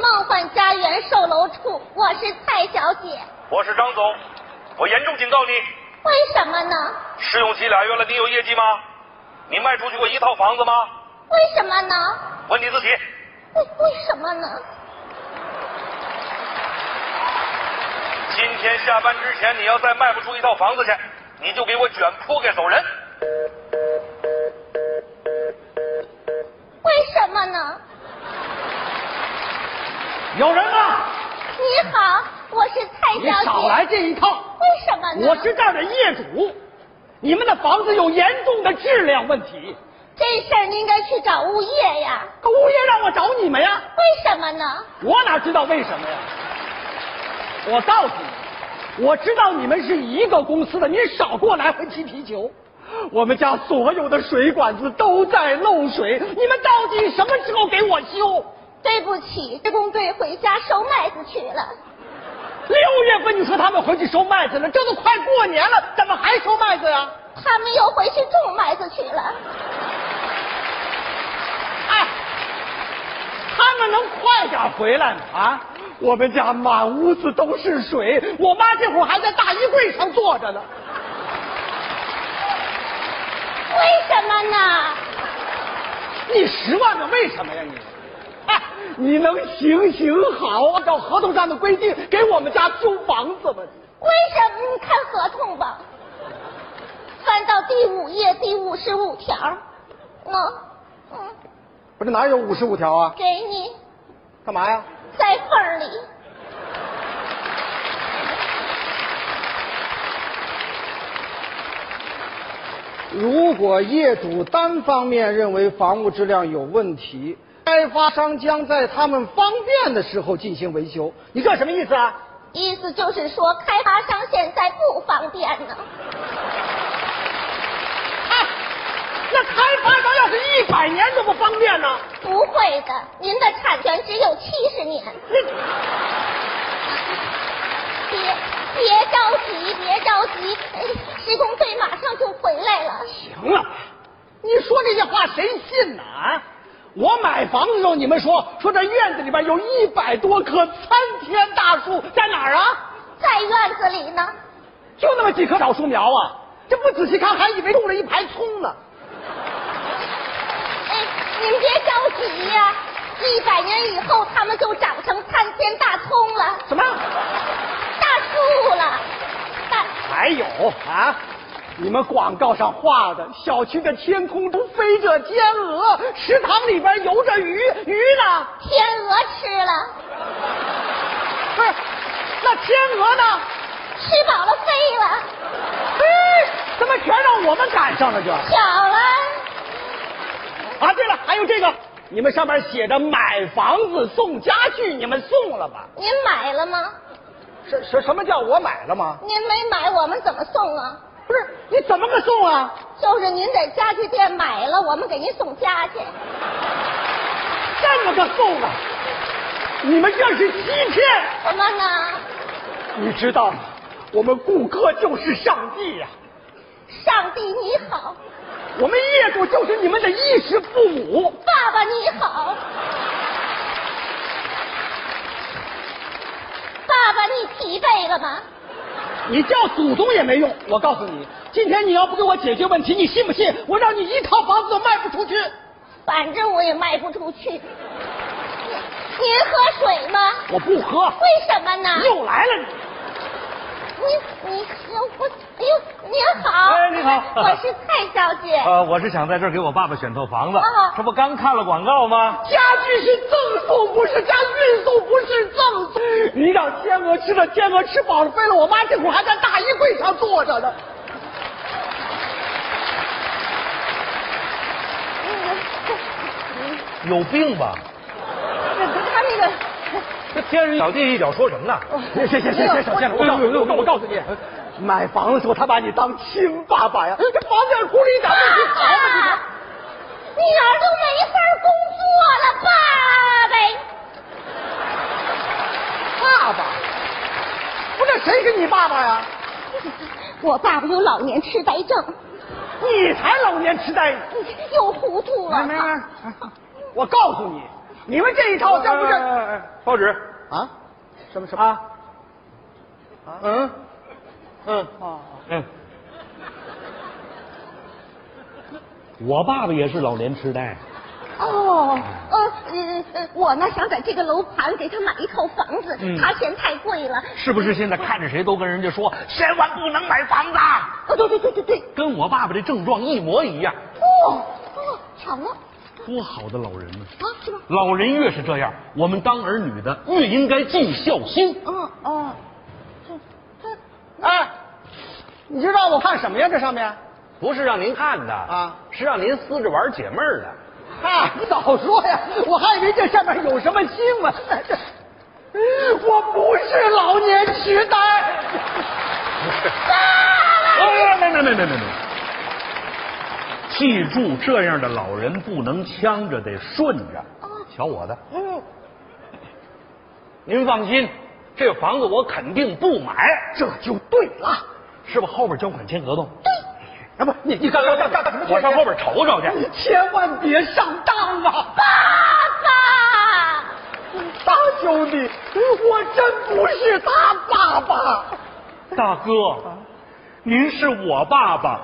梦幻家园售楼处，我是蔡小姐。我是张总，我严重警告你，为什么呢？试用期俩月了，你有业绩吗？你卖出去过一套房子吗？为什么呢？问你自己。为为什么呢？今天下班之前，你要再卖不出一套房子去，你就给我卷铺盖走人。为什么呢？有人吗？你好，我是蔡你哎小姐。少来这一套！为什么呢？我是这儿的业主，你们的房子有严重的质量问题，这事儿你应该去找物业呀。可物业让我找你们呀，为什么呢？我哪知道为什么呀？我告诉你，我知道你们是一个公司的，你少给我来回踢皮球。我们家所有的水管子都在漏水，你们到底什么时候给我修？对不起，施工队回家收麦子去了。六月份你说他们回去收麦子了，这都快过年了，怎么还收麦子呀？他们又回去种麦子去了。哎，他们能快点回来吗？啊，我们家满屋子都是水，我妈这会儿还在大衣柜上坐着呢。为什么呢？你十万个为什么呀你？哎，你能行行好，按照合同上的规定给我们家修房子吗？为什么？你看合同吧，翻到第五页第五十五条，嗯嗯，不是哪有五十五条啊？给你干嘛呀？在缝儿里。如果业主单方面认为房屋质量有问题，开发商将在他们方便的时候进行维修。你这什么意思啊？意思就是说，开发商现在不方便呢。哎，那开发商要是一百年都不方便呢？不会的，您的产权只有七十年。你别别着急，别着急，哎施工队马上就回来了。行了，你说这些话谁信呐？啊，我买房子时候你们说说这院子里边有一百多棵参天大树，在哪儿啊？在院子里呢，就那么几棵小树苗啊，这不仔细看还以为种了一排葱呢。哎，您别着急呀、一百年以后，它们就长成参天大葱了，什么？大树了，大还有啊？你们广告上画的小区的天空中飞着天鹅，池塘里边游着鱼，鱼呢？天鹅吃了，不是，那天鹅呢？吃饱了飞了，哎，怎么全让我们赶上了这？巧了，啊，对了，还有这个，你们上面写着买房子送家具，你们送了吧？您买了吗？什什什么叫我买了吗？您没买，我们怎么送啊？不是，你怎么个送啊？就是您在家具店买了，我们给您送家去。这么个送啊？你们这是欺骗！什么呢？你知道吗？我们顾客就是上帝呀、上帝你好，我们业主就是你们的衣食父母。爸爸你好，爸爸你疲惫了吗？你叫祖宗也没用。我告诉你，今天你要不给我解决问题，你信不信我让你一套房子都卖不出去？反正我也卖不出去。您您喝水吗？我不喝。为什么呢？又来了你。您您我哎呦，您好，哎你好我是蔡小姐。呃，我是想在这儿给我爸爸选套房子啊这不刚看了广告吗？家具是赠送，不是加运送，不是赠送。你让天鹅吃了，天鹅吃饱了飞了，我妈这会儿还在大衣柜上坐着呢。有病吧？他那个哦这天上一脚地一脚说什么呢？行行行行行，小倩子，我告诉你，我告诉你，买房的时候他把你当亲爸爸呀，这房子屋里一点爸问题好爸吗？，女儿都没法工作了，爸呗。爸爸，不是谁是你爸爸呀？我爸爸有老年痴呆症，你才老年痴呆。又糊涂了。啊妹妹，我告诉你，你们这一套这不哎哎是哎哎报纸，啊？什么什么？啊？嗯嗯，哦，嗯，我爸爸也是老年痴呆，哦，呃，嗯，呃我呢想在这个楼盘给他买一套房子，嗯他嫌太贵了。是不是？现在看着谁都跟人家说，千万不能买房子，啊哦，对对对对对，跟我爸爸这症状一模一样。哦，哦，巧了多好的老人呢、啊，是吧？老人越是这样，我们当儿女的越应该尽孝心。嗯嗯，这这哎，你这让我看什么呀？这上面？不是让您看的啊，是让您思着玩解闷儿的。嗨，啊你早说呀！我还以为这上面有什么新闻呢。这，我不是老年痴呆。哎没没没没没没没。记住，这样的老人不能呛着，得顺着。瞧我的，嗯，您放心，这房子我肯定不买，这就对了，是吧？后边交款签合同，啊不，你你干干干干什么？我上后边瞅瞅去。千万别上当啊！爸爸，大兄弟，我真不是他爸爸。大哥，您是我爸爸，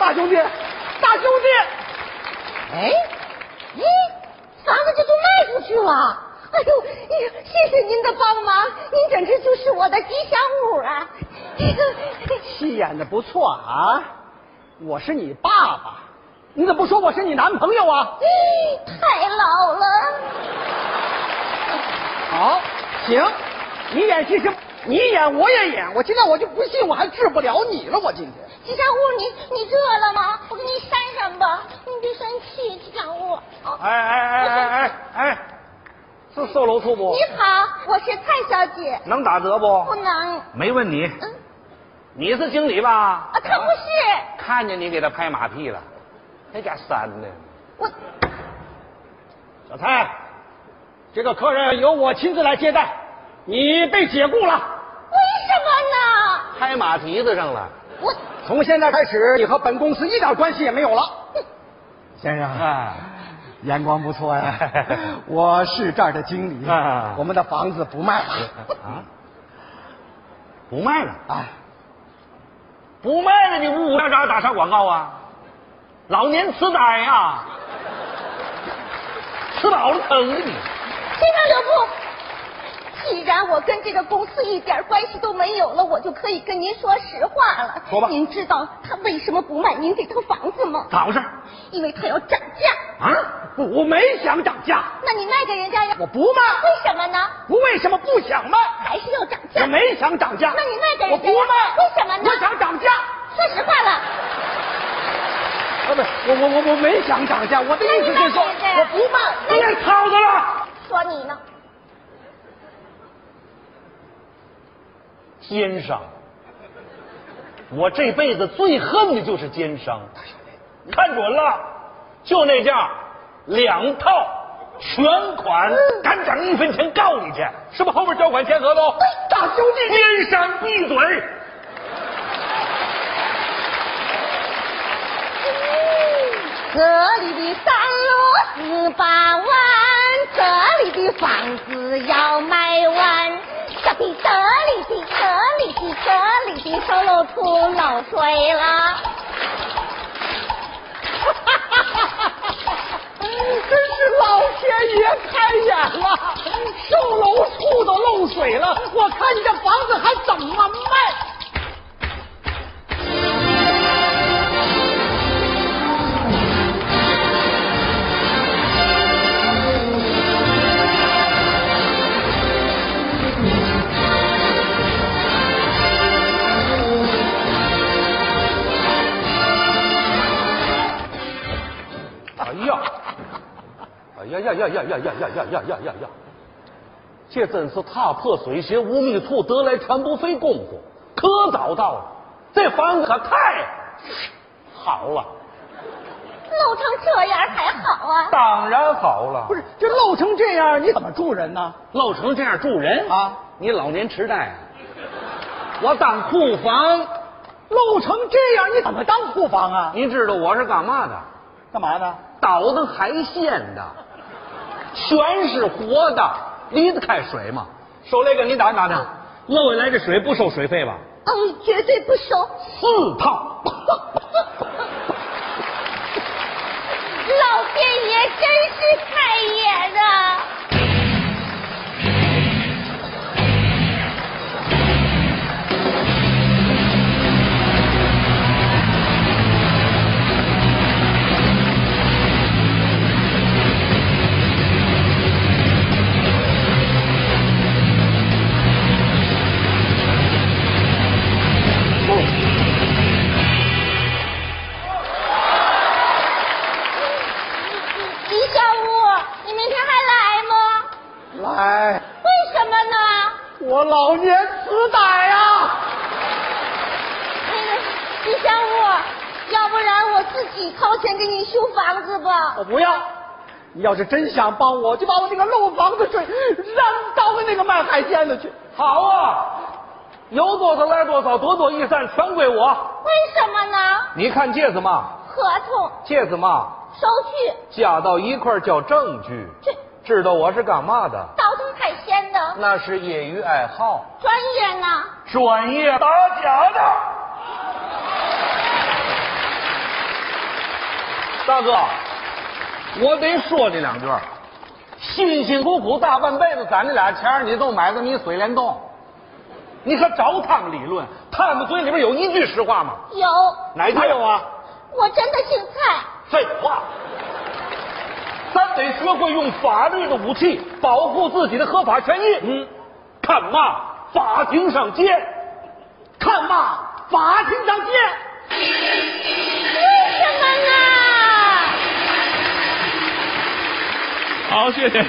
大兄弟，大兄弟，哎，咦，房子这就卖出去了。哎呦，哎呦谢谢您的帮忙，您简直就是我的吉祥物啊！ 戏演的不错啊！我是你爸爸，你怎么不说我是你男朋友啊？太老了。好，行，你演戏是，你演我也演，我今天我就不信我还治不了你了，我今天。吉祥物，你你热了吗？我给你扇扇吧，你别生气，吉祥物。哦哎哎哎哎哎哎，是售楼处不？你好，我是蔡小姐，能打折不不？能，没问你，嗯，你是经理吧？啊，他不是看见你给他拍马屁了，那家删的。我，小蔡，这个客人由我亲自来接待，你被解雇了。为什么呢？拍马蹄子上了。我从现在开始，你和本公司一点关系也没有了。先生，哎啊眼光不错 呀，我是这儿的经理啊我们的房子不卖了。 啊！不卖了，哎，不卖了，你呜呜喳喳打啥广告啊？老年痴呆呀，吃饱了撑的你。先生留步。既然我跟这个公司一点关系都没有了，我就可以跟您说实话了。说吧您知道他为什么不卖您这套房子吗？咋回事？因为他要涨价。啊？我没想涨价，那你卖给人家呀？啊我不卖为什么呢？不为什么不想卖，还是要涨价？我没想涨价。那你卖给我人家不卖，为什么呢我想涨价。啊说实话了，啊，不是，我我我我没想涨价，我的意思是说，那你卖给人家呀我不卖，别吵他了。说你呢。奸商。我这辈子最恨的就是奸商。看准了，就那价，两套，全款，嗯敢涨一分钱告你去，是不是？后边交款签合同。大兄弟，奸商闭嘴！这里的山路十八弯，这里的房子要卖完。这里这里的这里的这里的售楼处漏水了。真是老天爷开眼了，售楼处都漏水了，我看你这房子还怎么卖？哎呀，哎呀呀呀呀呀呀呀呀呀呀呀呀！这真是踏破水鞋无觅处，得来全不费工夫。可早到了，这房子可太好了，漏成这样还好啊？当然好了不。是，这漏成这样，你怎么住人呢？漏成这样住人啊！你老年痴呆啊！我当库房，漏成这样，你怎么当库房啊？您知道我是干嘛的？干嘛呢？倒腾海鲜的。全是活的，离得开水吗？手雷给你打听打听，乐伟来这水不收水费吧？嗯，绝对不收。四 套，老天爷真是太野了。李小五，你明天还来吗？来，为什么呢？我老年痴呆啊呀！那个李小五，要不然我自己掏钱给你修房子吧我。不要，你要是真想帮我，就把我那个漏房子水让倒给那个卖海鲜的去。好啊，有多少来多少，多多益善，全归我。为什么呢？你看戒指嘛，合同、戒指嘛，收据、加到一块儿叫证据。这知道我是干嘛的？倒腾海鲜的那是业余爱好，专业呢？专业打假的。大哥，我得说你两句儿。辛辛苦苦大半辈子攒那俩钱儿你都买这么一水帘洞，你可找他们理论，他们嘴里边有一句实话吗？有，哪一句？还有啊？我真的姓蔡。废话，咱得学会用法律的武器保护自己的合法权益。嗯，看嘛，法庭上见。看嘛，法庭上见。为什么呢？好，谢谢。